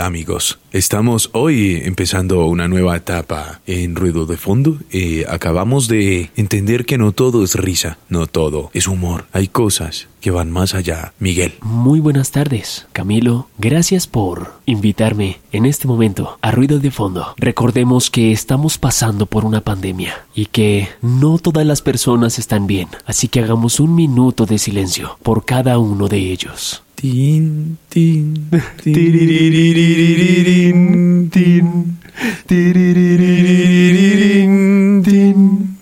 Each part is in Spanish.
amigos, estamos hoy empezando una nueva etapa en Ruido de Fondo. Eh, acabamos de entender que no todo es risa, no todo es humor. Hay cosas que van más allá. Miguel. Muy buenas tardes, Camilo. Gracias por invitarme en este momento a Ruido de Fondo. Recordemos que estamos pasando por una pandemia y que no todas las personas están bien, así que hagamos un minuto de silencio por cada uno de ellos. Tin, tin, tiriririririririn, tin, tiriririririririn, tin,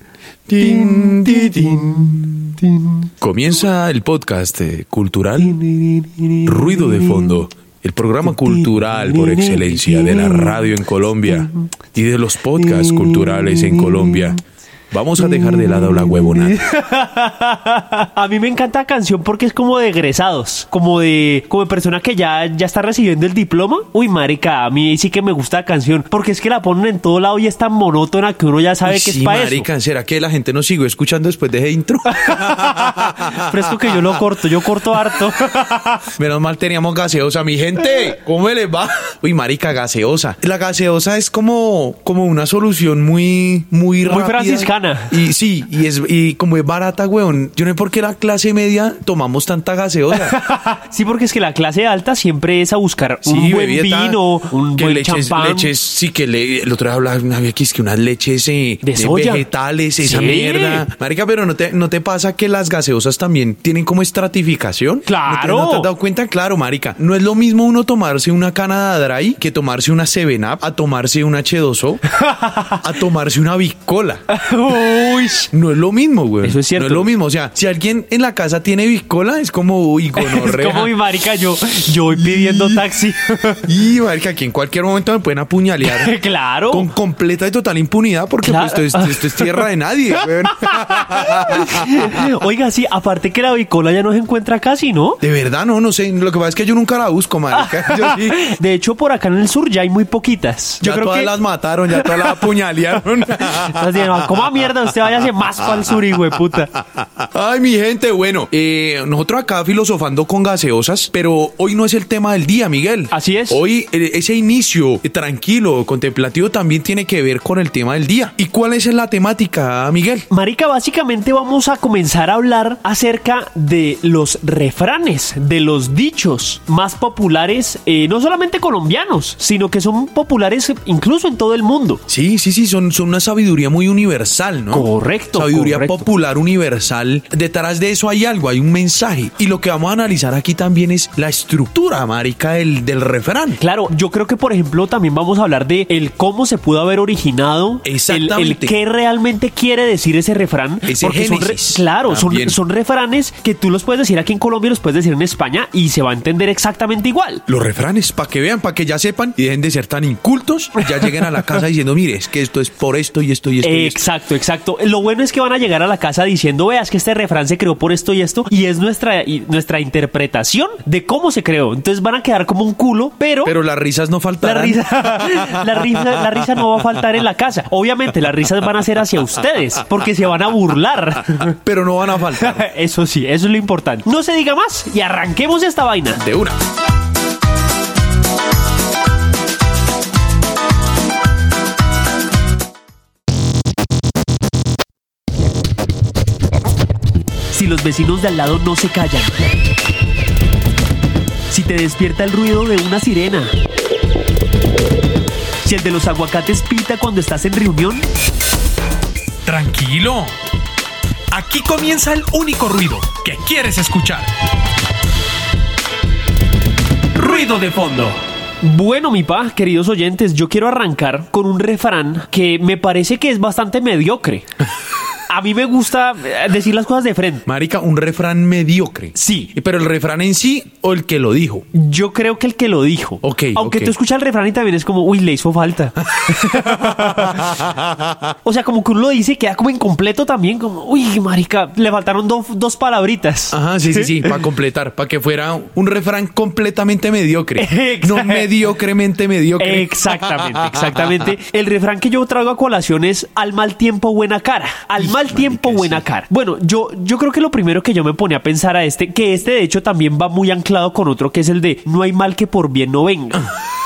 tin, ti, tin, tin. Comienza el podcast eh, cultural Ruido de Fondo, el programa cultural por excelencia de la radio en Colombia y de los podcasts culturales en Colombia. Vamos a dejar de lado la huevona. A mí me encanta la canción porque es como de egresados, como de como de persona que ya, ya está recibiendo el diploma. Uy, marica, a mí sí que me gusta la canción porque es que la ponen en todo lado y es tan monótona que uno ya sabe que sí, es para marica, ¿será que la gente nos siguió escuchando después de ese intro? eso. Fresco que yo lo corto, yo corto harto. Menos mal teníamos gaseosa, mi gente. ¿Cómo les va? Uy, marica, gaseosa. La gaseosa es como, como una solución muy, muy rápida. franciscana. Y sí, y es y como es barata, weón. Yo no sé por qué la clase media tomamos tanta gaseosa. sí, porque es que la clase alta siempre es a buscar Sí, un buen bebida, vino, un que buen leches, champán. leches, sí que le, el otro día hablaba una vez que es que unas leches eh, De soya. vegetales, esa Sí. mierda. Marica, pero no te, no te pasa que las gaseosas también tienen como estratificación. ¿No te- Claro. ¿No te, has dado cuenta? Claro, marica. No es lo mismo uno tomarse una Canada Dry que tomarse una Seven Up, a tomarse una H2O, a tomarse una Bicola. Uy, No es lo mismo, güey. Eso es cierto. No es lo mismo. O sea, si alguien en la casa tiene Bicola, es como, uy, es gonorrea. como mi marica, yo, yo voy pidiendo Mm. taxi. Y, marica, aquí en cualquier momento me pueden apuñalear. claro. Con completa y total impunidad, porque Claro. pues, esto, es, esto es tierra de nadie. weón. Oiga, sí, aparte que la bicola ya no se encuentra casi, ¿no? De verdad, no, no sé. Lo que pasa es que yo nunca la busco, marica. Yo, sí. De hecho, por acá en el sur ya hay muy poquitas. ya todas las mataron, ya todas las apuñalearon. Estás diciendo, ¿cómo mierda usted váyase más para el sur, hijo de puta? Ay, mi gente, bueno, eh, nosotros acá filosofando con gaseosas, pero hoy no es el tema del día, Miguel. Así es. Hoy eh, ese inicio eh, tranquilo, contemplativo, también tiene que ver con el tema del día. ¿Y cuál es la temática, Miguel? Marica, básicamente vamos a comenzar a hablar acerca de los refranes, de los dichos más populares, eh, no solamente colombianos, sino que son populares incluso en todo el mundo. Sí, sí, sí, son, son una sabiduría muy universal, ¿no? Correcto, Sabiduría correcto. popular universal. Detrás de eso hay algo, hay un mensaje. Y lo que vamos a analizar aquí también es la estructura, marica, del, del refrán. Claro, yo creo que por ejemplo también vamos a hablar de el cómo se pudo haber originado, el- El, Exactamente. qué realmente quiere decir ese refrán. Ese son re- génesis claro, son, también. son refranes que tú los puedes decir aquí en Colombia y los puedes decir en España y se va a entender exactamente igual. Los refranes, para que vean, para que ya sepan y dejen de ser tan incultos, ya lleguen a la casa diciendo, mire, es que esto es por esto y esto y esto. y esto". Exacto, exacto. Lo bueno es que van a llegar a la casa diciendo, veas que este refrán se creó por esto y esto, y es nuestra, y nuestra interpretación de cómo se creó. Entonces van a quedar como un culo, pero, Pero las risas no la, faltarán. risa, la, risa, la risa no va a faltar en la casa. Obviamente las risas van a ser hacia ustedes, porque se van a burlar. Pero no van a faltar. Eso sí, eso es lo importante. No se diga más y arranquemos esta vaina. De una. Si los vecinos de al lado no se callan. Si te despierta el ruido de una sirena. Si el de los aguacates pita cuando estás en reunión. Tranquilo. Aquí comienza el único ruido que quieres escuchar. Ruido de fondo. Bueno, mi pa, queridos oyentes, yo quiero arrancar con un refrán que me parece que es bastante mediocre. A mí me gusta eh, decir las cosas de frente. Marica, un refrán mediocre. Sí. Pero el refrán en sí o el que lo dijo. Yo creo que el que lo dijo. Ok, Aunque ok. tú escuchas el refrán y también es como, uy, le hizo falta. o sea, como que uno lo dice y queda como incompleto también, como, uy, marica, le faltaron do- dos palabritas. Ajá, sí, sí, sí, para completar, para que fuera un refrán completamente mediocre. Exacto. no mediocremente mediocre. Exactamente, exactamente. El refrán que yo traigo a colación es al mal tiempo buena cara. Al mal tiempo buena cara. Bueno, yo, yo creo que lo primero que yo me ponía a pensar a este, que este de hecho también va muy anclado con otro que es el de no hay mal que por bien no venga.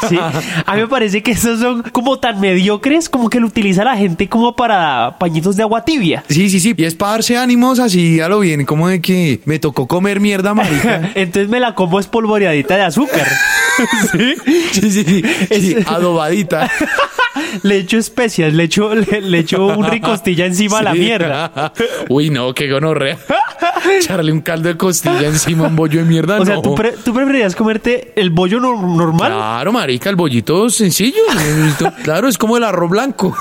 Sí. A mí me parece que esos son como tan mediocres como que lo utiliza la gente como para pañitos de agua tibia. Sí, sí, sí. Y es para darse ánimos así, a lo bien, como de que me tocó comer mierda, marica. Entonces me la como espolvoreadita de azúcar. ¿Sí? Sí, sí, sí. sí, Es- adobadita. Le echo especias, le echo, le, le echo un ricostilla encima a la Sí. mierda. Uy, no, qué gonorrea. Echarle un caldo de costilla encima a un bollo de mierda, O sea, no. ¿tú, pre- tú preferirías comerte el bollo nor- normal? Claro, marica, el bollito sencillo. eh, claro, es como el arroz blanco.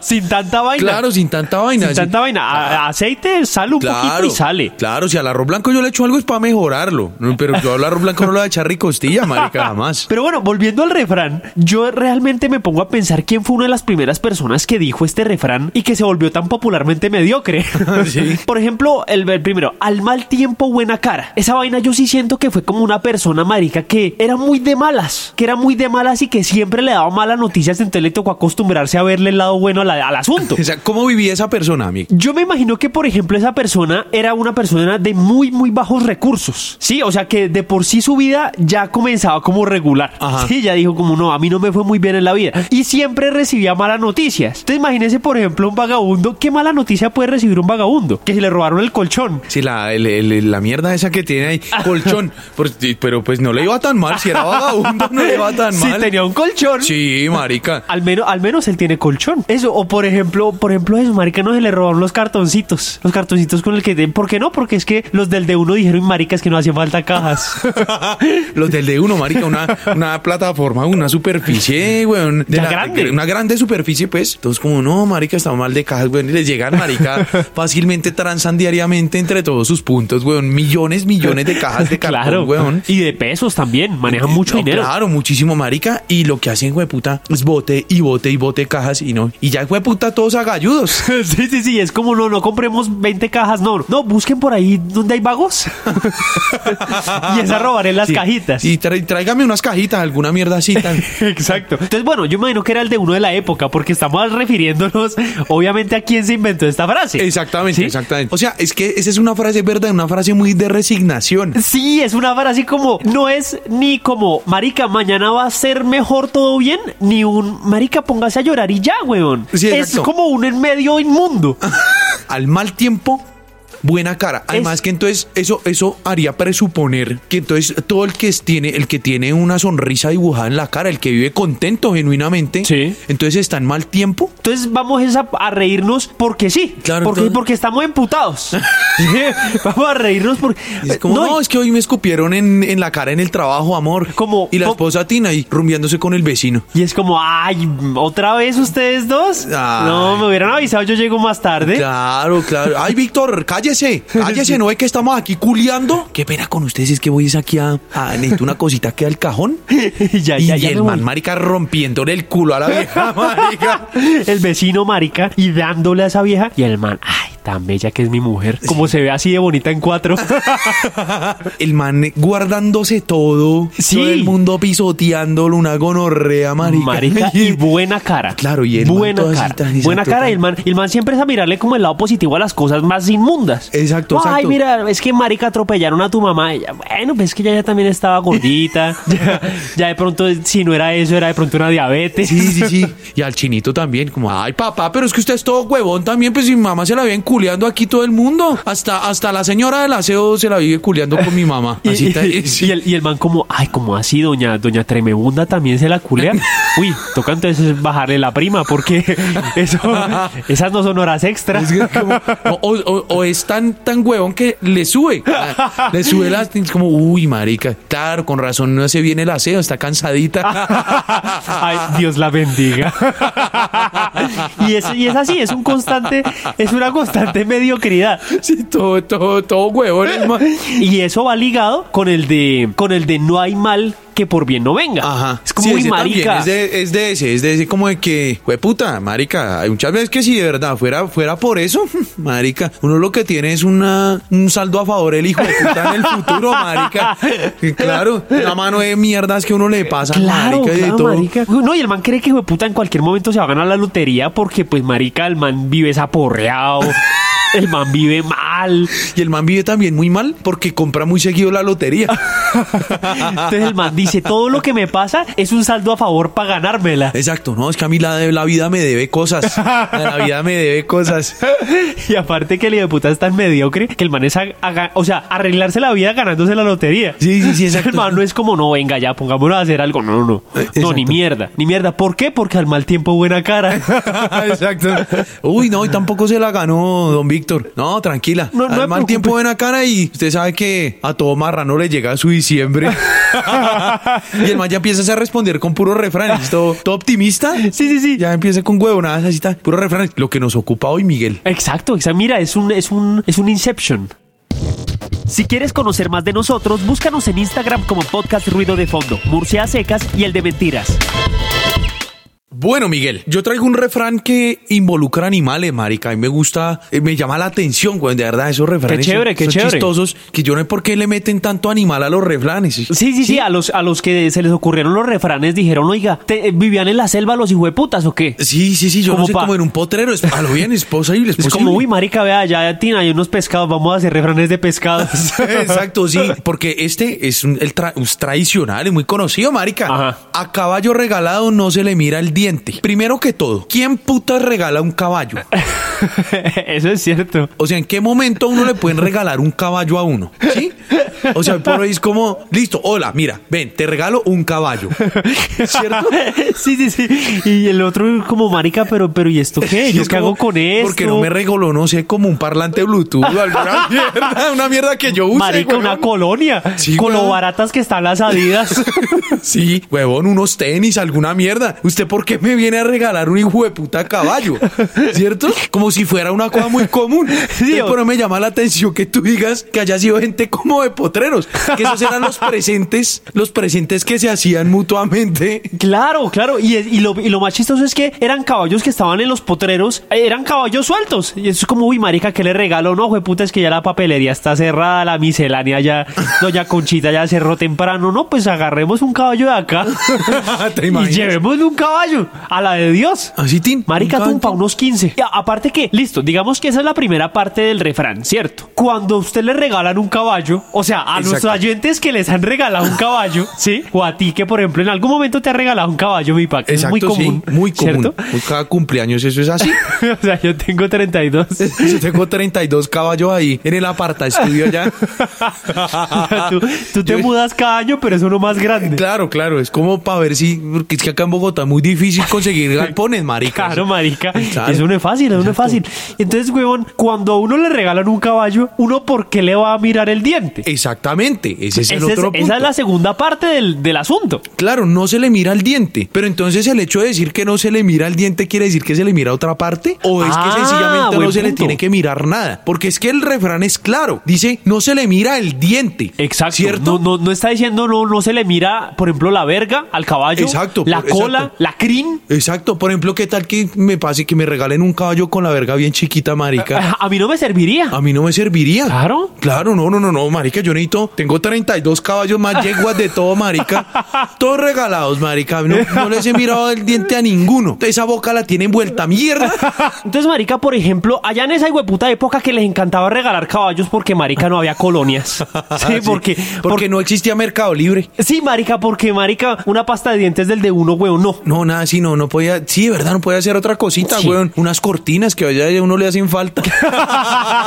Sin tanta vaina. Ah. Claro, sin tanta vaina. Sin tanta vaina. A- aceite, sal un poquito y sale. Claro, si al arroz blanco yo le echo algo es para mejorarlo. No, Pero yo al arroz blanco no le voy a echar ricostilla, marica, jamás. Pero bueno, volviendo al refrán, yo realmente me pongo a pensar quién fue una de las primeras personas que dijo este refrán y que se volvió tan popularmente mediocre. Por ejemplo, el, el primero, al mal tiempo, buena cara. Esa vaina yo sí siento que fue como una persona marica que era muy de malas, que era muy de malas y que siempre le daba malas noticias, entonces le tocó acostumbrarse a verle el lado bueno a la- al asunto. O sea, ¿cómo vivía esa persona, amigo? Yo me imagino que, por ejemplo, esa persona era una persona de muy, muy bajos recursos. Sí, o sea que de por sí su vida ya comenzaba como regular. Ajá. Sí, ya dijo como no, a mí no me fue muy bien en la vida. Y siempre recibía malas noticias. Entonces imagínese, por ejemplo, un vagabundo. ¿Qué mala noticia puede recibir un vagabundo? Que si le robaron el colchón. Si la, el- el- la mierda esa que tiene ahí, colchón. Por- pero pues no le iba tan mal. Si era vagabundo, no le iba tan si mal. tenía un colchón. Sí, marica. Al menos, al menos él tiene colchón. Eso, o por ejemplo, por ejemplo, eso, marica, no se le robaron los cartoncitos. Los cartoncitos con el que... ¿Por qué no? Porque es que los del de uno dijeron, marica, es que no hacían falta cajas. Los del de uno, marica, una, una plataforma, una superficie, weón. De Ya grande. Una grande superficie, pues. Entonces, como no, marica, está mal de cajas, weón. Y les llegan, marica, fácilmente transan diariamente entre todos sus puntos, weón. Millones, millones de cajas de cartón, Claro, weón. Y de pesos también, manejan mucho No, dinero. Claro, muchísimo, marica. Y lo que hacen, hueputa, es bote y bote y bote cajas y no. Y ya, hueputa, todos agalludos. Sí, sí, sí, es como no, no compremos 20 cajas, no, no, busquen por ahí donde hay vagos. y esa robaré las Sí. cajitas. Y tra- tráigame unas cajitas, alguna mierda así. tal. Exacto. Entonces, bueno, yo me imagino que era el de uno de la época, porque estamos refiriéndonos, obviamente, a quién se inventó esta frase. Exactamente, ¿Sí? exactamente. O sea, es que esa es una frase verdad, una frase muy de resignación. Sí, es una frase como, no es ni como, marica, mañana va a ser mejor todo bien, ni un, marica, póngase a llorar y ya, weón. Sí, es exacto. Ah. como un en medio inmundo. Al mal tiempo, buena cara. Además Es- que entonces eso, eso haría presuponer que entonces todo el que es- tiene, el que tiene una sonrisa dibujada en la cara, el que vive contento genuinamente, Sí. entonces está en mal tiempo. Entonces vamos es a, a reírnos porque sí. Claro, porque, entonces- porque estamos emputados. Sí, vamos a reírnos porque. Y Es como, Eh, No, no, y- es que hoy me escupieron en, en la cara en el trabajo, amor. Como- y la como- esposa Tina ahí rumbeándose con el vecino. Y es como, ay, ¿otra vez ustedes dos? Ay. No, me hubieran avisado, yo llego más tarde. Claro, claro. Ay, Víctor, cállese. Cállese, ¿no ve que estamos aquí culiando? Qué pena con ustedes, es que voy es aquí a... a- necesito una cosita que da el cajón. Y ya, y ya, ya el me voy. man, marica, rompiéndole el culo a la vieja, marica. El vecino marica y dándole a esa vieja. Y el man, ay, tan bella que es mi mujer. Como se ve así de bonita en cuatro. El man guardándose todo. Sí. Todo el mundo pisoteándolo, una gonorrea, marica. Marica y buena cara. Claro, y el man buena todo así cara. tan- buena exacto, cara y tan- el man, y el man siempre es a mirarle como el lado positivo a las cosas más inmundas. Exacto, Ay, exacto. mira, es que marica atropellaron a tu mamá. Ella, bueno, pues es que ella ya también estaba gordita. ya, ya de pronto si no era eso era de pronto una diabetes. Sí, sí, sí. Y al chinito también, como, ay, papá, pero es que usted es todo huevón también, pues mi mamá se la viene culeando aquí todo el mundo. Hasta, hasta la señora del aseo se la vive culeando con mi mamá. Y, Así y- está- sí. y el, y el man como, ay, como así, doña, doña Tremebunda también se la culea. Uy, toca entonces bajarle la prima porque eso, esas no son horas extras. Es que como- o, o- o es tan, tan huevón que le sube. Ah, Le sube las como, uy, marica. Claro, con razón no hace bien el aseo, está cansadita. Ay, Dios la bendiga. y, es, y es así, es un constante, es una constante mediocridad. Sí, todo, todo, todo huevón. el man. Y eso va ligado con el de, con el de no hay mal que por bien no venga. Ajá. Es como Sí, muy ese también, marica. Es de, es de ese, es de ese como de que, fue puta, marica. Hay muchas veces que si de verdad fuera, fuera por eso, marica, uno lo que tiene es una, un saldo a favor el hijo de puta en el futuro, marica. Y claro, la mano de mierdas que uno le pasa, Claro, marica, y de claro, todo. marica. No, y el man cree que hijo de puta en cualquier momento se va a ganar la lotería porque, pues, marica, el man vive desaporreado. El man vive mal. Y el man vive también muy mal porque compra muy seguido la lotería. Entonces el man dice, todo lo que me pasa es un saldo a favor para ganármela. Exacto, no, es que a mí la, de- la vida me debe cosas. La vida me debe cosas. Y aparte que el hijo de puta es tan mediocre que el man es, a- a ga- o sea, arreglarse la vida ganándose la lotería. Sí, sí, sí, exacto. El man no es como, no, venga ya, pongámonos a hacer algo. No, no, no. Eh, No, ni exacto. mierda, ni mierda. ¿Por qué? Porque al mal tiempo buena cara. Exacto. Uy, no, y tampoco se la ganó don Víctor. No, tranquila. No, no me Al mal preocupe. tiempo buena cara y usted sabe que a todo marrano le llega su diciembre. y el man ya empieza a responder con puros refranes. Todo, todo optimista. Sí, sí, sí. Ya empieza con huevonadas así, tal, puros refranes. Lo que nos ocupa hoy, Miguel. Exacto, exacto. Mira, es un, es un, es un Inception. Si quieres conocer más de nosotros, búscanos en Instagram como Podcast Ruido de Fondo, Murcia a Secas y el de Mentiras. Bueno, Miguel, yo traigo un refrán que involucra animales, marica. Y me gusta, eh, me llama la atención, güey. De verdad, esos refranes son- chévere, qué son chévere. chistosos. Que yo no sé por qué le meten tanto animal a los refranes. Sí, sí, sí, a, los, a los que se les ocurrieron los refranes dijeron, oiga, ¿te- eh, ¿vivían en la selva los hijueputas o qué? Sí, sí, sí, yo Como no sé, pa- como en un potrero, es- a lo bien, es posible, es Es posible. Pues como, uy, marica, vea, ya Tina, hay unos pescados, vamos a hacer refranes de pescados. Exacto, sí, porque este es un, el tra- es tradicional, es muy conocido, marica. Ajá. A caballo regalado no se le mira el diente. Primero que todo, ¿quién puta regala un caballo? Eso es cierto. O sea, ¿en qué momento a uno le pueden regalar un caballo a uno? ¿Sí? O sea, hoy por hoy es como, listo, hola, mira, ven, te regalo un caballo. ¿Cierto? sí, sí, sí. Y el otro como, marica, pero, pero ¿y esto qué? Y ¿Yo es qué como, hago con esto? Porque no me regaló, no sé, como un parlante Bluetooth, alguna mierda, una mierda que yo use. Marica, una weón. colonia. Sí, con lo weón. baratas que están las adidas. Sí, huevón, unos tenis, alguna mierda. ¿Usted por qué me viene a regalar un hijo de puta caballo? ¿Cierto? Como si fuera una cosa muy común. Sí, o- pero me llama la atención que tú digas que haya sido gente como de potreros. Que esos eran los presentes, los presentes que se hacían mutuamente. claro, claro. Y, es- y lo, y lo más chistoso es que eran caballos que estaban en los potreros. eh, Eran caballos sueltos. Y eso es como, uy, marica, ¿qué le regalo? No, puta, es que ya la papelería está cerrada, la miscelánea ya, doña Conchita ya cerró temprano. No, pues agarremos un caballo de acá. ¿Te y imaginas? llevémosle un caballo. A la de Dios. Así, tin. Marica, Un tú pa' caballo. unos 15. Y a- aparte que, listo, digamos que esa es la primera parte del refrán, ¿cierto? Cuando a usted le regalan un caballo, o sea, a Exacto. nuestros oyentes que les han regalado un caballo, ¿sí? O a ti que, por ejemplo, en algún momento te ha regalado un caballo, mi pack. es muy común. sí, muy común. ¿cierto? Cada cumpleaños eso es así. o sea, yo tengo 32. Yo tengo 32 caballos ahí en el aparta estudio allá. O sea, tú, tú te Yo- mudas cada año, pero es uno más grande. Claro, claro, es como para ver si, porque es que acá en Bogotá es muy difícil conseguir galpones, marica. Claro, marica. Claro. Eso no es fácil, eso no es fácil. Entonces, huevón, cuando a uno le regalan un caballo, ¿uno por qué le va a mirar el diente? Exactamente, ese es el Ese es- otro punto. esa es la segunda parte del, del asunto. Claro, no se le mira el diente, pero entonces el hecho de decir que no se le mira el diente quiere decir que se le mira a otra parte o es Ah, que sencillamente no buen se le punto. tiene que mirar nada, porque es que el refrán es claro, dice no se le mira el diente. Exacto. ¿Cierto? No, no, no está diciendo, no, no se le mira, por ejemplo, la verga al caballo. Exacto, La por- cola, exacto. la crin. Exacto, por ejemplo, ¿qué tal que me pase que me regalen un caballo con la verga bien chiquita, marica? A mí no me serviría. A mí no me serviría. Claro. Claro, no, no, no, no, marica, yo necesito, tengo 32 caballos más yeguas de todo, marica. Todos regalados, marica. No, no les he mirado el diente a ninguno. Esa boca la tiene envuelta, mierda. Entonces, marica, por ejemplo, allá en esa hueputa época que les encantaba regalar caballos porque, marica, no había colonias. Ah, Sí, porque... porque no existía Mercado Libre. por- sí, marica, porque, marica, una pasta de dientes del de uno, huevón, no. No, nada, sí, no, no podía, sí, de verdad, no podía hacer otra cosita, Sí. weón. Unas cortinas que allá a uno le hacen falta.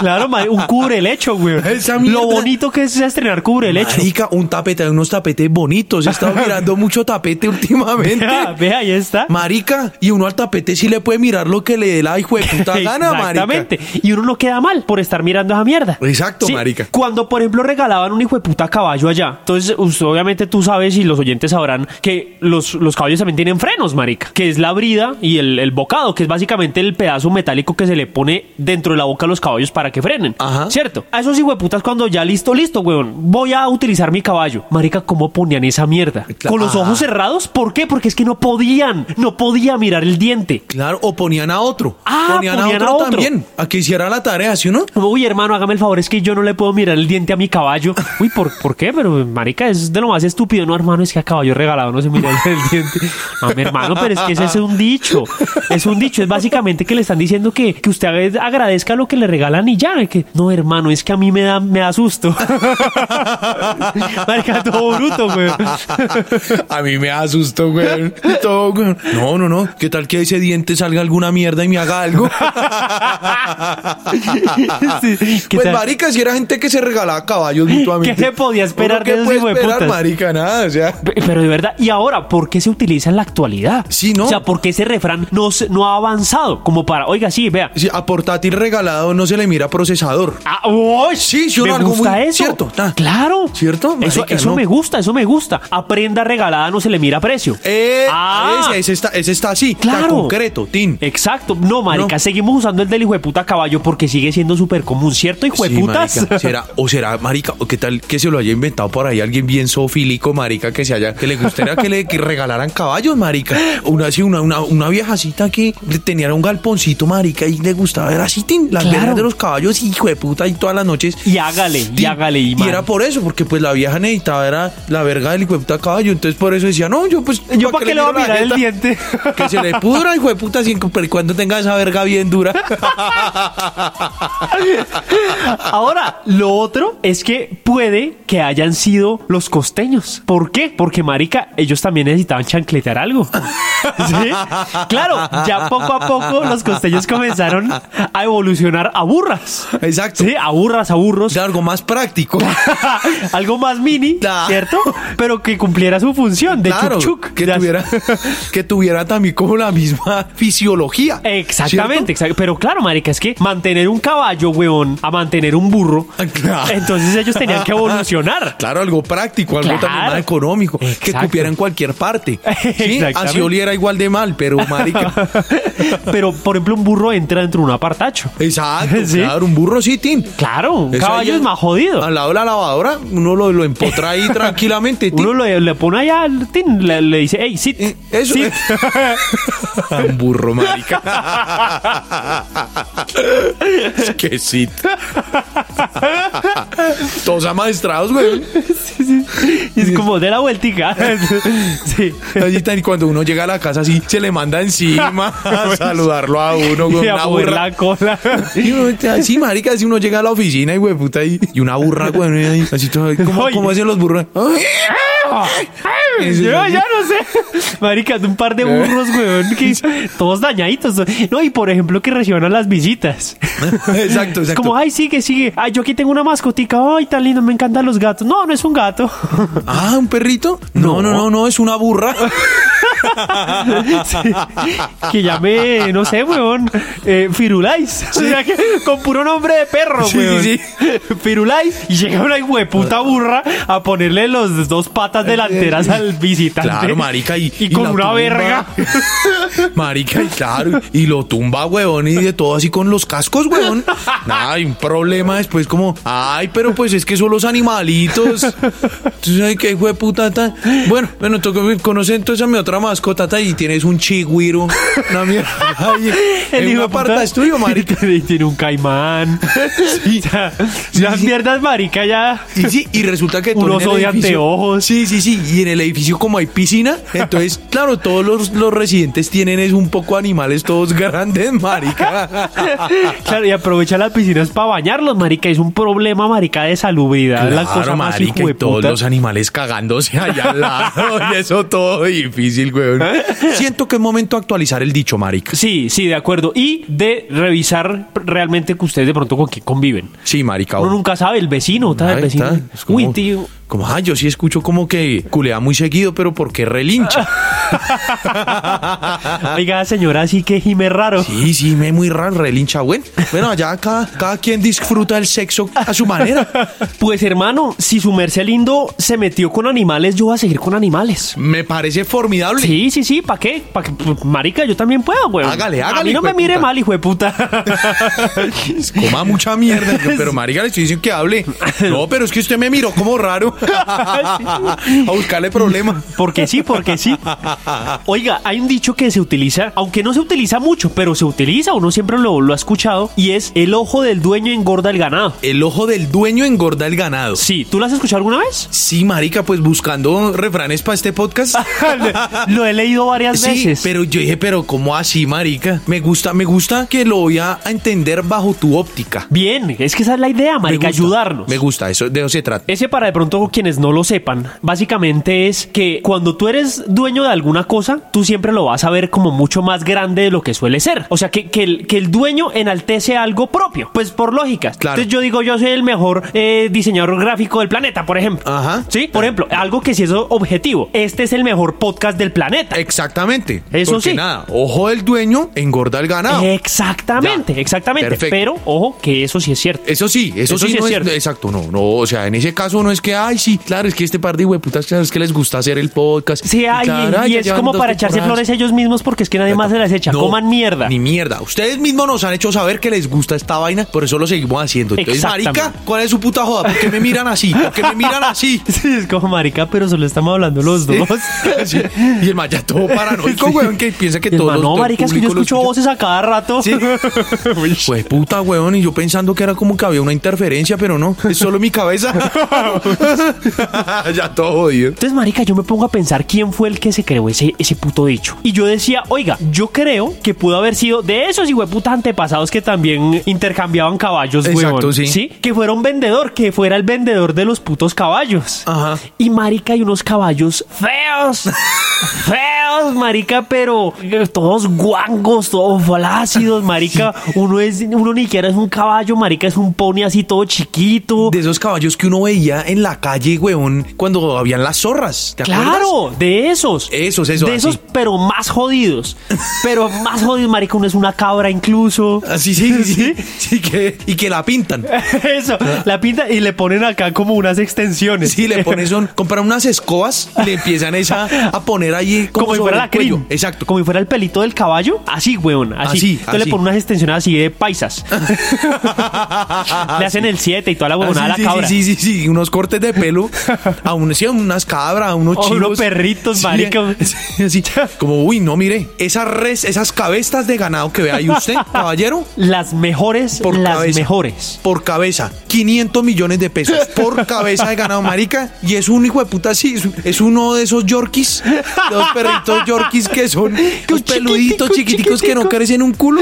claro, mari- un cubre lecho, güey. Esa mierda. Lo bonito que es estrenar cubre lecho. Marica, un tapete, unos tapetes bonitos. He estado mirando mucho tapete últimamente. Vea, vea, ahí está. Marica, y uno al tapete sí le puede mirar lo que le dé la hijo de puta gana, marica. Exactamente. Y uno no queda mal por estar mirando esa mierda. Exacto, marica. Cuando, por ejemplo, regalaban un hijo de puta caballo allá. Entonces, usted, obviamente tú sabes y los oyentes sabrán que los, los caballos también tienen frenos, marica. Que es la brida y el, el bocado, que es básicamente el pedazo metálico que se le pone dentro de la boca a los caballos para que frenen. Ajá. ¿Cierto? A esos hijo de putas cuando ya listo, listo, weón. Voy a utilizar mi caballo. Marica, ¿cómo ponían esa mierda? Claro. Con los ojos cerrados, ¿por qué? Porque es que no podían, no podía mirar el diente. Claro, o ponían a otro. Ah, ponían a otro. también. A que hiciera la tarea, ¿sí o no? Como, Uy, hermano, hágame el favor, es que yo no le puedo mirar el diente a mi caballo. Uy, ¿por, ¿por qué? Pero, marica, es de lo más estúpido. No, hermano, es que a caballo regalado no se mira el diente. No, mi hermano, pero es que ese es un dicho. Es un dicho. Es básicamente que le están diciendo que, que usted ag- agradezca lo que le regalan y ya. Que, no, hermano, es que a mí me da, me da susto. marica, todo bruto, güey. A mí me asustó, güey. Todo, güey. No, no, no. ¿Qué tal que ese diente salga alguna mierda y me haga algo? Sí, ¿qué pues, tal? marica, si era gente que se regalaba caballos mutuamente. ¿Qué se podía esperar ¿Uno qué de esos puede hijueputas? esperar, marica? Nada, o sea... Pe- Pero de verdad, y ahora, ¿por qué se utiliza en la actualidad? Sí, ¿no? O sea, ¿por qué ese refrán no, se- no ha avanzado? Como para, oiga, sí, vea. si a portátil regalado no se le mira procesador. Ah, ¡oh! Sí, sí, me algo gusta muy- eso. cierto, ta. Claro. ¿Cierto? eso Marica, eso no. me gusta, eso me gusta. A prenda regalada no se le mira precio. Eh, Ah. ese, ese está, ese está así, está Claro. Eh, concreto, Tin. Exacto. No, marica, No. seguimos usando el del hijo de puta caballo porque sigue siendo súper común, ¿cierto, hijo de Sí, putas? marica. será, o será, marica, o qué tal que se lo haya inventado por ahí alguien bien zoofílico, marica, que se haya, que le gustaría que le que regalaran caballos, marica. Una así, una, una, una viejacita que le tenía un galponcito, marica, y le gustaba ver así, tin, las Claro. velas de los caballos, hijo de puta, y todas las noches. Y hágale, y Tin. hágale, y Y, man. era por eso, porque pues la vieja necesitaba era la verga del hijo de puta caballo, entonces por eso decía, no, yo pues. Yo para qué le voy a miro la mirar el jeta? diente. Que se le pudra, hijo de puta, sin- pero cuando tenga esa verga bien dura. Ahora, lo otro es que puede que hayan sido los costeños. ¿Por qué? Porque, marica, ellos también necesitaban chancletear algo. ¿Sí? Claro, ya poco a poco los costeños comenzaron a evolucionar a burras. Exacto. Sí, a burras, a burros. De algo más práctico. Algo más mini, Claro. ¿cierto? Pero que cumpliera su función de claro, chuc chuc. que Ya- tuviera que tuviera también como la misma fisiología. Exactamente, exact- pero claro, marica, es que mantener un caballo, huevón, a mantener un burro, Ah, Claro. entonces ellos tenían que evolucionar. ¿cierto? Claro, algo práctico, algo Claro. también más económico, que Exacto. cupiera en cualquier parte. Sí, Exactamente. así oliera igual de mal, pero marica. Pero, por ejemplo, un burro entra dentro de un apartacho. Exacto, Sí. claro, un burro sí, tin. Claro, un Eso Ah, caballo ahí es más jodido. Al lado de la lavadora, uno lo, lo empotra ahí tranquilamente, tin. Uno le, le pone allá, al tin, le, le dice, hey, sit. Eh, Eso sit". Un burro, marica. Es que sí. Todos amaestrados, güey. Y es como de la vueltica. sí. Allí tan- y cuando uno llega a la casa así, se le manda encima a saludarlo a uno con Y a una mover burra. la cola. Y uno, así, marica, si uno llega a la oficina y güey, puta, y, y una burra, güey, y ahí, así todo, ¿cómo, Ay. cómo hacen los burros? Ay. Eso Yo es así. ya no sé. Marica, de un par de burros, weón, que todos dañaditos. No, y por ejemplo, que reciban a las visitas. Exacto, Es exacto. como, ay, sigue, sigue. Ay, yo aquí tengo una mascotica. Ay, tan lindo, me encantan los gatos. No, no es un gato. Ah, ¿un perrito? No, no, no, no, es una burra. Sí. que llame, no sé, weón, eh, Firulais. O sea, que con puro nombre de perro, Sí, weón. sí, Firulais. Y llega una hueputa burra a ponerle las dos patas delanteras al Eh, visitante. Claro, marica, y- y con la una tumba. verga. Marica, y claro, y lo tumba, weón, y de todo así con los cascos, weón. Nada, hay un problema después como, ay, pero pues es que son los animalitos. Entonces, ay, qué hijo de puta, ta. Bueno, bueno, toca conocer entonces a mi otra mascota, ta, y tienes un chigüiro. Una mierda. Ay, en hijo una de puta aparta es tuyo, marica. Y tiene un caimán. O sea, las sí. mierdas, marica, ya. Y sí, y resulta que Un todo en oso el de edificio- anteojos. Sí, sí, sí. Y en el edificio, como hay piscina, entonces, claro, todos los, los residentes tienen es un poco animales todos grandes, marica. Claro, y aprovecha las piscinas para bañarlos, marica. Es un problema, marica, de salubridad. la cosa más marica, y hijueputa. todos los animales cagándose allá al lado. y eso todo difícil, güey. Siento que es momento de actualizar el dicho, marica. Sí, sí, de acuerdo. Y de revisar realmente que ustedes de pronto con quién conviven. Sí, marica. Uno nunca sabe, el vecino, tal, Ahí el vecino. está, es como- Uy, tío, Como, ah, yo sí escucho como que culea muy seguido, pero porque relincha. Oiga, señora, así que gime raro. Sí, sí, me muy raro, relincha, bueno. Bueno, allá cada, cada quien disfruta el sexo a su manera. Pues hermano, si su merced lindo se metió con animales, yo voy a seguir con animales. Me parece formidable. Sí, sí, sí, ¿para qué? ¿Para Marica, yo también puedo, weón. Hágale, hágale, A mí no me hijueputa. mire mal, hijo de puta. Coma mucha mierda. Yo, pero marica, le estoy diciendo que hable. No, pero es que usted me miró como raro. A buscarle problema. Porque sí, porque sí. Oiga, hay un dicho que se utiliza, aunque no se utiliza mucho, pero se utiliza, uno siempre lo, lo ha escuchado, y es el ojo del dueño engorda el ganado. El ojo del dueño engorda el ganado. Sí, ¿tú lo has escuchado alguna vez? Sí, marica, pues buscando refranes para este podcast. lo he leído varias Sí, veces. pero yo dije, pero ¿cómo así, marica? Me gusta, me gusta que lo voy a a entender bajo tu óptica. Bien, es que esa es la idea, Me marica, gusta, ayudarnos. Me gusta, eso de eso se trata. Ese para de pronto quienes no lo sepan, básicamente es que cuando tú eres dueño de alguna cosa, tú siempre lo vas a ver como mucho más grande de lo que suele ser. O sea, que, que, el, que el dueño enaltece algo propio, pues por lógica. Claro. Entonces yo digo, yo soy el mejor eh, diseñador gráfico del planeta, por ejemplo. Ajá. Sí, por ejemplo, algo que sí es objetivo. Este es el mejor podcast del planeta. Exactamente. Eso Porque sí. Eh, nada, ojo del dueño engorda el ganado. Exactamente, Ya, exactamente. perfecto. Eh, Pero ojo que eso sí es cierto. Eso sí, eso, Eso sí, sí no es es, cierto. Exacto, no, no. O sea, en ese caso no es que, ay, sí, claro, es que este par de hueputas, claro, es que les gusta hacer el podcast. Sí, ay, claro, ay, y ya es llevan como dos para echarse temporadas. flores ellos mismos porque es que nadie más se las echa. No, Coman mierda. Ni mierda. Ustedes mismos nos han hecho saber que les gusta esta vaina, por eso lo seguimos haciendo. Entonces, Exactamente. marica, ¿cuál es su puta joda? ¿Por qué me miran así? ¿Por qué me miran así? Sí, es como marica, pero solo estamos hablando los dos. Sí, Y el man ya todo paranoico, weón, que piensa que Y el todos man, los- no, todo el marica, es que yo público lo escucha". escucho voces a cada rato. Pues puta, weón, y yo pensando que era como que había una interferencia, pero no, es solo mi cabeza. ya todo jodido. Entonces, marica, yo me pongo a pensar quién fue el que se creó ese, ese puto dicho. Y yo decía, oiga, yo creo que pudo haber sido de esos hijueputas antepasados que también intercambiaban caballos, Exacto, huevón. sí. Que fuera un vendedor, que fuera el vendedor de los putos caballos. Ajá. Y marica, hay unos caballos feos. feos, marica, pero eh, todos guangos, todos flácidos, marica. Uno es, uno ni siquiera es un caballo, marica, es un pony así todo chiquito. De esos caballos que uno veía en la calle, weón, cuando habían las zorras. ¿Te acuerdas? Claro, de esos. Esos, esos, De esos, así. pero más jodidos. Pero más jodidos, marica, uno es una cabra incluso. Así Ah, sí, sí, sí, sí que, y que la pintan. Eso, la pinta y le ponen acá como unas extensiones. Sí, le pones son, compran unas escobas y le empiezan esa a poner ahí como, si sobre fuera el la cuello. crin. Exacto. Como si fuera el pelito del caballo. Así, weón. Así. Así, Entonces le así. ponen unas extensiones así de paisas. le hacen el 7 y toda la Ah, huevonada a la sí, sí, cabra. Sí, sí, sí, sí, unos cortes de pelo, a, un- sí, a unas cabras, a unos O chivos. unos perritos, Sí, marica. sí, así. Como, uy, no, mire, esas res, esas cabezas de ganado que ve ahí usted, caballero, Las mejores, por las cabeza. mejores. Por cabeza, 500 millones de pesos por cabeza de ganado, marica. Y es un hijo de puta, sí, es- es uno de esos yorkies, los perritos yorkies que son los peluditos chiquiticos que no crecen un culo.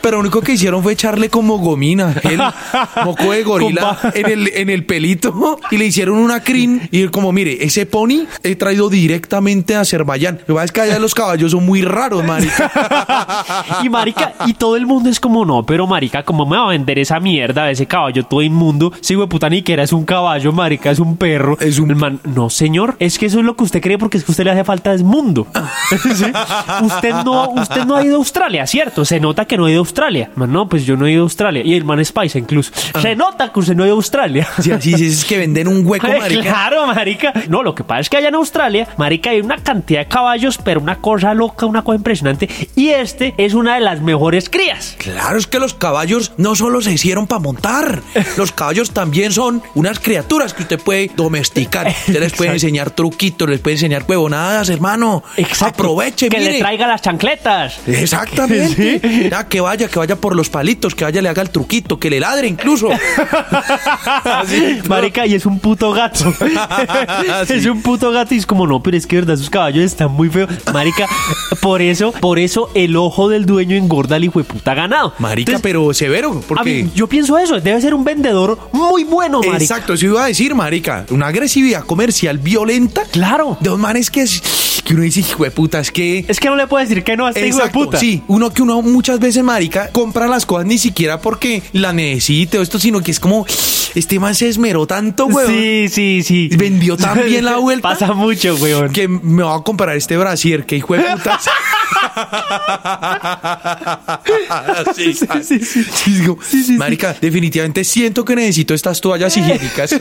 Pero lo único que hicieron fue echarle como gomina, el moco de gorila Con va- en el, en el pelito y le hicieron una crin. Y él como, mire, ese pony he traído directamente a Azerbaiyán. Lo que pasa es que allá los caballos son muy raros, marica. Y marica, y todo el mundo es como, no, pero marica, ¿cómo me va a vender esa mierda de ese caballo todo inmundo? Sí, puta ni que era, es un caballo, marica, es un perro. Es un- El man, no, señor, es que eso es lo que usted cree porque es que a usted le hace falta es mundo. Sí. Usted no, usted no ha ido a Australia, ¿cierto? Se nota que no ha ido a Australia. Man, no, pues yo no he ido a Australia. Y el man es paisa incluso. Se nota que usted no ha ido a Australia. Sí, así sí, es que venden un hueco, Eh, marica. Claro, marica. No, lo que pasa es que allá en Australia, marica, hay una cantidad de caballos, pero una cosa loca, una cosa impresionante. Y este es una de las mejores crías. Claro, es que los caballos no solo se hicieron para montar, los caballos también son unas criaturas que usted puede domesticar. Usted les puede enseñar truquitos, les puede enseñar huevonadas, hermano. Aproveche, Que mire. le traiga las chancletas. Exactamente. Ya, que vaya, que vaya por los palitos, que vaya le haga el truquito, que le ladre incluso. Así, ¿no? Marica, y es un puto gato. Es un puto gato. Y es como, no, pero es que de verdad, sus caballos están muy feos. Marica, por eso, por eso el ojo del dueño engorda al hijo de puta ganado. Marica, Entonces, pero severo, a porque mí- yo pienso eso, debe ser un vendedor muy bueno, marica. Exacto, eso iba a decir, marica. Una agresividad comercial violenta. Claro. De dos manes que, es- que uno dice, hijo de puta, es que Es que no le puedo decir que no a este hijo de Exacto, puta. Sí, uno que uno muchas veces, marica, compra las cosas ni siquiera porque la necesite o esto, sino que es como, este man se esmeró tanto, weón. Sí, sí, sí. Vendió tan bien la vuelta. Pasa mucho, weón. Que me va a comprar este brasier, que hijo de puta. Ah, sí, sí, sí, digo, Marica, definitivamente siento que necesito estas toallas higiénicas.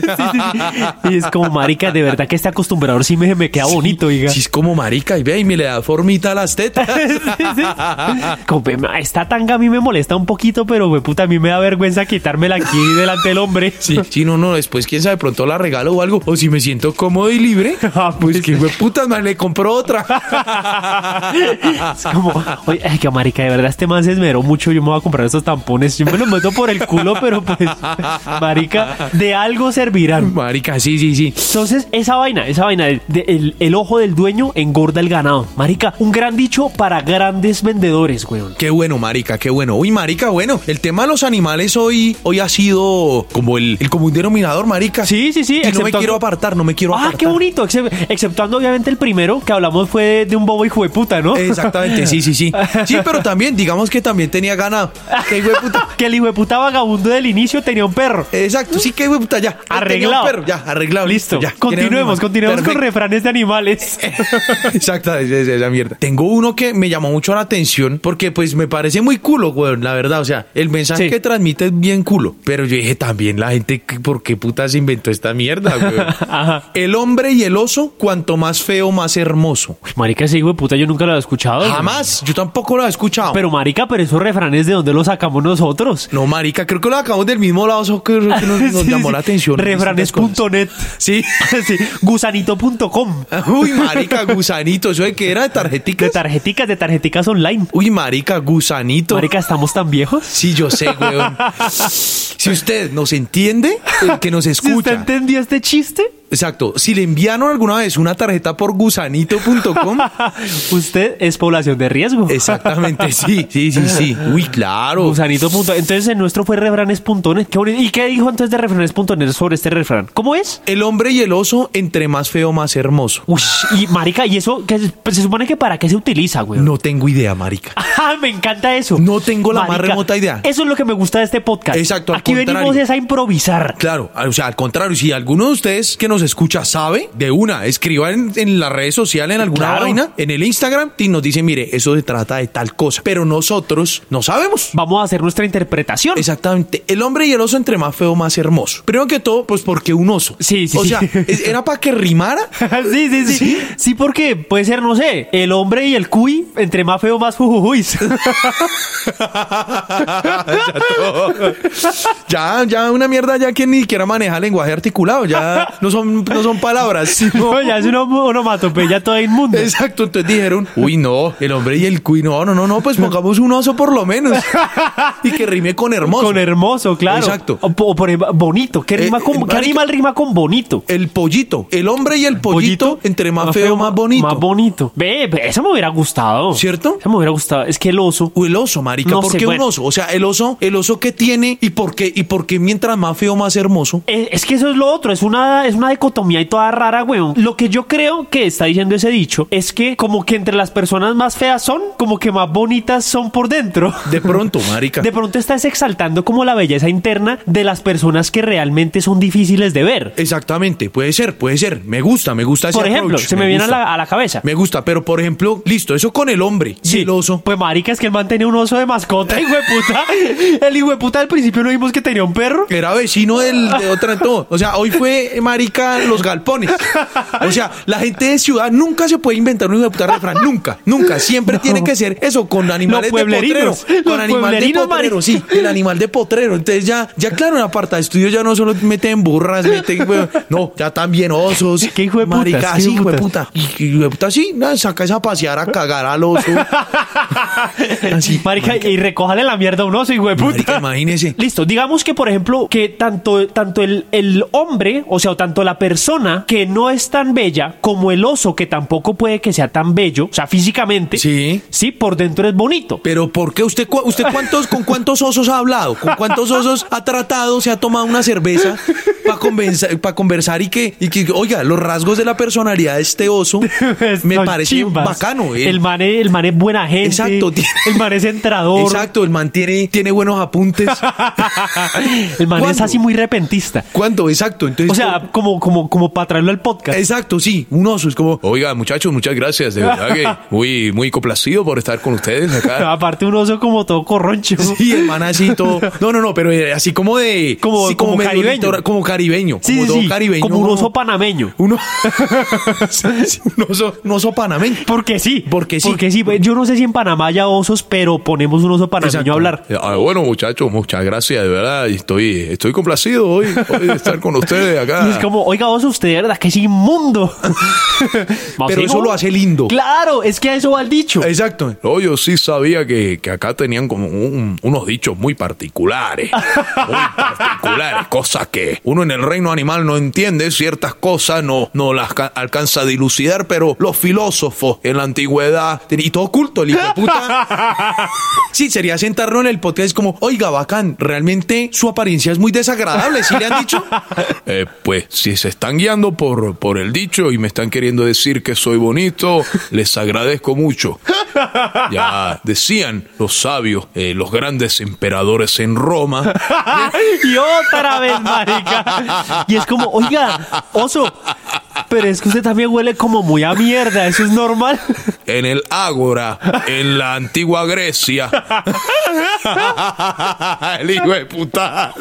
Y es como, marica, de verdad que este acostumbrador sí me, me queda bonito, diga. Sí, es como marica, y ve, y me le da formita a las tetas. Como, ve, ma, esta tanga a mí me molesta un poquito, pero me puta, a mí me da vergüenza quitármela aquí delante del hombre. Sí, sí, no, no, después quién sabe, pronto la regalo o algo. O si me siento cómodo y libre, Ah, pues que hijo de puta, man, le compro otra. Es como, oye, ay, que marica, de verdad este man se esmeró mucho. Yo me voy a comprar esos tampones. Yo me los meto por el culo, pero pues, marica, de algo servirán. Marica, sí, sí, sí. Entonces, esa vaina, esa vaina, de- de- el, el ojo del dueño engorda el ganado. Marica, un gran dicho para grandes vendedores, weón. Qué bueno, marica, qué bueno. Uy, marica, bueno, el tema de los animales hoy, hoy ha sido como el, el común denominador, marica. Sí, sí, Y sí. no me exceptuando- quiero apartar, no me quiero Ah, apartar. qué bonito. excep- Exceptuando, obviamente, el primero que hablamos fue de, de un bobo hijo de puta, ¿no? Exactamente, sí, sí, sí. Sí, pero también, digamos que también tenía ganado. Qué hijo de puta. que el hijo de puta vagabundo del inicio tenía un perro. Exacto, sí, qué hijo de puta, ya. Tenía un Arreglado. perro, ya, arreglado. Listo. Ya, tenía un continuemos, animal. continuemos Perfecto. con refranes de animales. Exacta, es- es- esa mierda. Tengo uno que me llamó mucho la atención porque pues me parece muy culo, weón, la verdad. O sea, el mensaje Sí. que transmite es bien culo. Pero yo dije también la gente, ¿qué- ¿por qué puta se inventó esta mierda, weón? Ajá. El hombre y el oso, cuanto más feo, más hermoso. Uy, marica, ese hijo de puta yo nunca lo había escuchado. weón. Jamás, yo tampoco lo he escuchado. Pero marica, pero esos refranes de dónde los sacamos nosotros. no, marica, creo que lo acabamos del mismo lado, eso que, que nos, nos Sí, llamó sí. la atención. Refranes.net. Sí. Sí, Gusanito.com. Uy, marica, gusanito, eso de que era de De tarjeticas. tarjeticas, de tarjeticas online. Uy, marica, gusanito. Marica, ¿estamos tan viejos? Sí, yo sé, weón. Si usted nos entiende, el que nos ¿Si usted escucha. entendió este chiste? Exacto. Si le enviaron alguna vez una tarjeta por gusanito.com. Usted es población de riesgo. Exactamente, sí. Sí, sí, sí. Uy, claro. Gusanito. punto- Entonces el nuestro fue refranes.net. Qué bonito. ¿Y qué dijo entonces de refranes.net sobre este refrán? ¿Cómo es? El hombre y el oso, entre más feo, más hermoso. Uy, y marica, ¿y eso que se, pues, se supone que para qué se utiliza, güey? No tengo idea, marica. Ah, me encanta eso. No tengo la más remota idea. Eso es lo que me gusta de este podcast. Exacto, al Aquí venimos contrario. es a improvisar. Claro, o sea, al contrario, si alguno de ustedes que nos escucha sabe, de una, escriba en, en las redes sociales, en alguna Claro. vaina, en el Instagram, y nos dice, mire, eso se trata de tal cosa. Pero nosotros no sabemos. Vamos a hacer nuestra interpretación. Exactamente. El hombre y el oso entre más feo, más hermoso. Primero que todo, pues porque un oso. Sí, sí, O sí. sea, es- era para que rimara. sí, sí, sí, sí. porque puede ser, no sé, el hombre y el cuy, entre más feo, más jujujuis. Ah, Ya, ya una mierda ya que ni siquiera maneja lenguaje articulado. Ya no son, no son palabras. sino- No, ya es una onomatopeya toda inmunda. Exacto, entonces dijeron, uy no, el hombre y el cuy, no, no, no, no, pues pongamos un oso por lo menos. Y que rime con hermoso. Con hermoso, claro. Exacto. O, po- por ejemplo, bonito. ¿Qué, Eh, rima con, eh, ¿qué marica- animal rima con bonito? El pollito. El hombre y el pollito, entre más, feo, más bonito. Más bonito. Ve, ve, esa me hubiera gustado. ¿Cierto? Esa me hubiera gustado. Es que el oso. O el oso, marica. No ¿Por sé, qué bueno. un oso? O sea, el oso, el oso que tiene y por qué, y por qué mientras más feo, más hermoso. Eh, Es que eso es lo otro, es una, es una dicotomía y toda rara, weón. Lo que yo creo que está diciendo ese dicho es que como que entre las personas más feas son, como que más bonitas son por dentro. De pronto, marica. De pronto estás exaltando como la belleza interna de las personas que realmente son difíciles de ver. Exactamente, puede ser, puede ser. Me gusta, me gusta ese Por ejemplo, approach, se me, viene a gusta. la, a la cabeza. Me gusta, pero por ejemplo, listo, eso con el hombre y el oso. Pues marica, es que el man tenía un oso de mascota, hijo de puta. El hijo de puta al principio no vimos que tenía un perro. Era vecino del, de otra no. O sea, hoy fue eh, marica los galpones. O sea, la gente de ciudad nunca se puede inventar un hijo de puta refrán. Nunca, nunca. Siempre tiene que ser eso con animales Los de potrero. pueblerinos, Con los animal de pueblerinos, potrero, marica. sí. El animal de potrero. Entonces ya, ya claro, en aparta de estudio ya no solo meten burras, meten weón, No, ya también osos. Qué hijo de putas, Marica, qué sí, hijo hijo de de puta. Y- y hijo de puta, sí, nada, saca esa a pasear a cagar al oso. Así, marica, y recójale la mierda a un oso, hijo de puta. Marica, imagínese. Listo, digamos que por ejemplo, que tanto, tanto el, el hombre, o sea, tanto la la persona que no es tan bella como el oso, que tampoco puede que sea tan bello, o sea, físicamente, Sí. sí, por dentro es bonito. Pero ¿por qué usted, cu- usted cuántos, con cuántos osos ha hablado? ¿Con cuántos osos ha tratado? ¿Se ha tomado una cerveza para conversar, conversar y, que, y que, oiga, los rasgos de la personalidad de este oso me parece Son Pues, chimbas. bacano. eh. El man, es, el man es buena gente. Exacto, tiene- El man es entrador. Exacto, el man tiene, tiene buenos apuntes. El man es ¿Cuándo? así muy repentista. ¿Cuándo? Exacto. Entonces, O sea, como, como, como para traerlo al podcast. exacto, sí, un oso es como, Oiga, muchachos, muchas gracias. De verdad que muy, muy complacido por estar con ustedes acá. Aparte un oso como todo corroncho. Sí, el man así todo. No, no, no, pero eh, así como de. Como- sí, como medio caribeño. litora- como caribeño. Sí, como sí, todo sí, caribeño. como un oso panameño. Uno. Sí, un oso, un oso panameño. Porque sí. Porque sí. Porque sí. pues, Yo no sé si en Panamá haya osos, pero ponemos un oso panameño Exacto. a hablar. Ah, bueno, muchachos, muchas gracias. De verdad, estoy, estoy complacido hoy, hoy de estar con ustedes Y Ah. es acá. como, oiga, oso, usted de verdad que es inmundo. Pero eso lo hace Eh. lindo. Claro, es que a eso va el dicho. Exacto. No, yo sí sabía que, que acá tenían como un- unos dichos muy particulares. Muy particulares. Cosas que uno en el reino animal no entiende, ciertas cosas no, no las ca- alcanza a dilucidar, pero los filósofos en la antigüedad. Y todo culto, el hijo de puta. Sí, sería sentarlo en el podcast como, oiga, bacán, realmente su apariencia es muy desagradable, ¿sí le han dicho? eh, pues si se están guiando por, por el dicho y me están queriendo decir que soy bonito, les agradezco mucho. Ya decían los sabios, eh, los grandes emperadores en Roma, y otra vez, marica. Y es como, oiga, oso, pero es que usted también huele como muy a mierda, eso es normal. en el Ágora, en la antigua Grecia. el hijo de puta.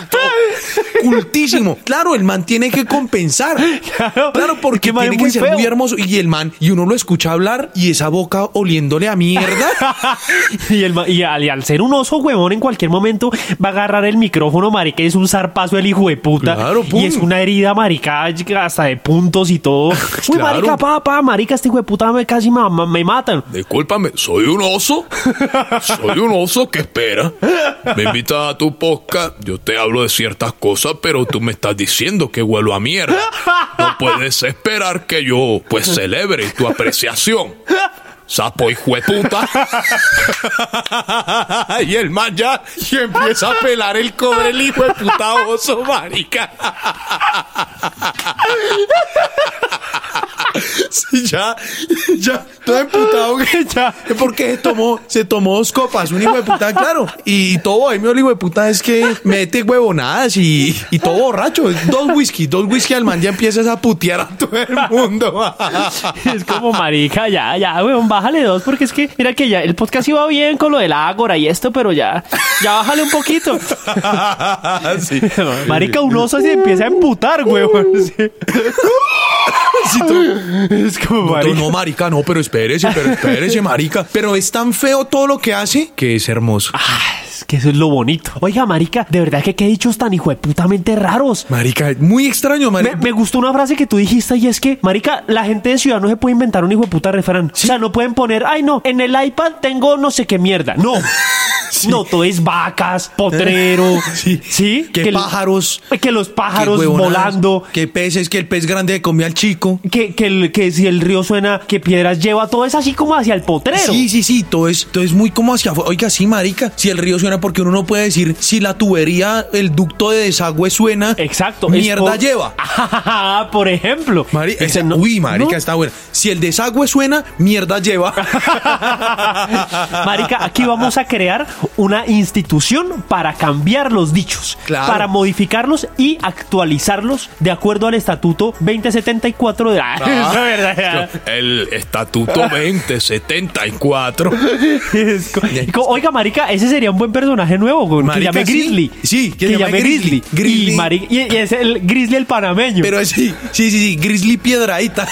Cultísimo. Claro, el man tiene que compensar. Claro, Claro, porque el man tiene es que muy ser feo. muy hermoso. Y el man, y uno lo escucha hablar y esa boca oliéndole a mierda. y, el ma- y al, y al ser un oso huevón, en cualquier momento va a agarrar el micrófono, marica, y es un zarpazo el hijo de puta. Claro, pum. y es una herida, marica, hasta de puntos y todo. Uy, Claro. marica, pa, pa, marica, este hijo de puta me casi ma- ma- me matan. Discúlpame, soy un oso. Soy un oso que espera. Me invitas a tu podcast, yo te hablo de ciertas cosas, pero tú me estás diciendo que huelo a mierda. No puedes esperar que yo pues celebre tu apreciación. Sapo y puta. y el man ya y empieza a pelar el cobre el hijo de puta oso, marica. Sí, ya, ya, todo emputado que ya. Porque se tomó, se tomó dos copas, un hijo de puta, claro. Y todo ahí, mi hijo de puta, es que mete huevonadas y, y todo borracho. Dos whisky, dos whisky al man, ya empiezas a putear a todo el mundo. Es como, marica, ya, ya, weón, bájale dos, porque es que, mira que ya, el podcast iba bien con lo del ágora y esto, pero ya, ya bájale un poquito. Sí. Marica, un oso se empieza a emputar, weón. sí. Es como, No, marica. no, marica, no, pero espérese, pero espérese, marica. Pero es tan feo todo lo que hace que es hermoso. Ah, es que eso es lo bonito. Oiga, marica, de verdad que qué dichos tan hijueputamente raros. Marica, muy extraño, Me, marica. me gustó una frase que tú dijiste y es que, marica, la gente de ciudad no se puede inventar un hijo de puta refrán. O sea, no pueden poner, ay no, en el iPad tengo no sé qué mierda. No. No, todo es vacas, potrero. Sí. Sí. Que el- pájaros. Que los pájaros Qué huevonadas, volando. Que peces, que el pez grande comió al chico. Que, que, el- que si el río suena, que piedras lleva, todo es así como hacia el potrero. Sí, sí, sí, todo es, todo es muy como hacia afuera. Oiga, sí, marica, si el río suena, porque uno no puede decir si la tubería, el ducto de desagüe suena. Exacto. es Mierda por- lleva. Ah, por ejemplo. Mari- Ese esa- no- uy, marica, no. está buena. Si el desagüe suena, mierda lleva. Marica, aquí vamos a crear una institución para cambiar los dichos, Claro. para modificarlos y actualizarlos de acuerdo al estatuto 2074 de la Ah, verdad. El estatuto 2074. Es co- co- Oiga, Marica, ese sería un buen personaje nuevo, güey, que Marica, llame sí. Grizzly. Sí, que que, llame llame Grizzly. Grizzly. Y, mari- y- y es el Grizzly el panameño. Pero sí, sí, sí, sí, Grizzly Piedradita.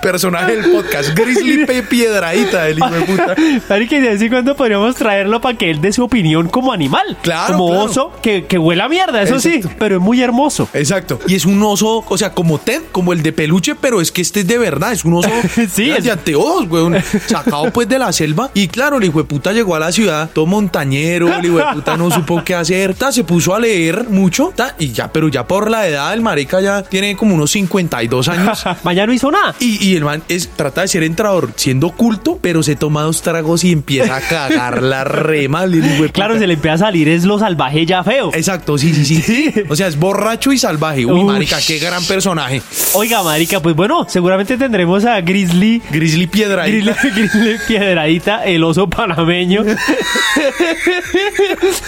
personaje del podcast, Grizzly P. Piedradita, el hijo de puta. Marica, y de vez en cuando podríamos traerlo para que él dé su opinión como animal. Claro, Como claro. oso, que, que huele a mierda, eso sí, Exacto. pero es muy hermoso. Exacto. Y es un oso, o sea, como Ted, como el de peluche, pero es que este es de verdad, es un oso Sí, de- es- de anteojos, weón. Sacado pues de la selva. Y claro, el hijo de puta llegó a la ciudad, todo montañero, el hijo de puta no supo qué hacer. Ta, se puso a leer mucho, ta, y ya, pero ya por la edad, el marica ya tiene como unos 52 años. Mañana Pues, no hizo nada. Y, y el man es, trata de ser entrador siendo culto, pero se toma dos tragos y empieza a cagar la rema. el hijo de puta. Claro, se le empieza a salir es lo salvaje ya feo. Exacto, sí, sí, sí, O sea, es borracho y salvaje. Uy, Uy. marica, qué gran personaje. Oiga, marica, pues bueno, seguramente tendremos a Grizzly. Grizzly Piedra. Grizzly, Grizzly Piedradita, el oso panameño.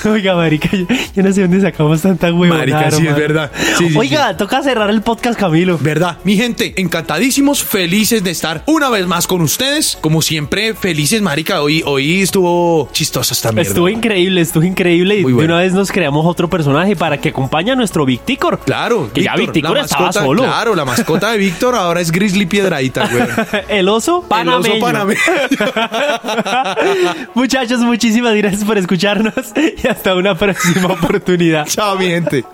Oiga, marica, yo, yo no sé dónde sacamos tanta huevonada, Marica, sí, es hermano. verdad. Sí, sí, Oiga, toca cerrar el podcast, Camilo. ¿Verdad? Mi gente, encantadísimos, felices de estar una vez más con ustedes. Como siempre, felices, marica. Hoy, hoy estuvo chistosa esta mierda. Estuvo increíble, estuvo increíble. Y Muy de bueno. una vez nos creamos otro personaje para que acompañe a nuestro Victicor. Claro, Que ya Víctor, Victicor la estaba mascota- solo. Claro, la mascota de Víctor ahora es Grizzly Piedradita, güey. El oso panameño. El oso panameño. Muchachos, muchísimas gracias por escucharnos y hasta una próxima oportunidad. Chao, mi gente.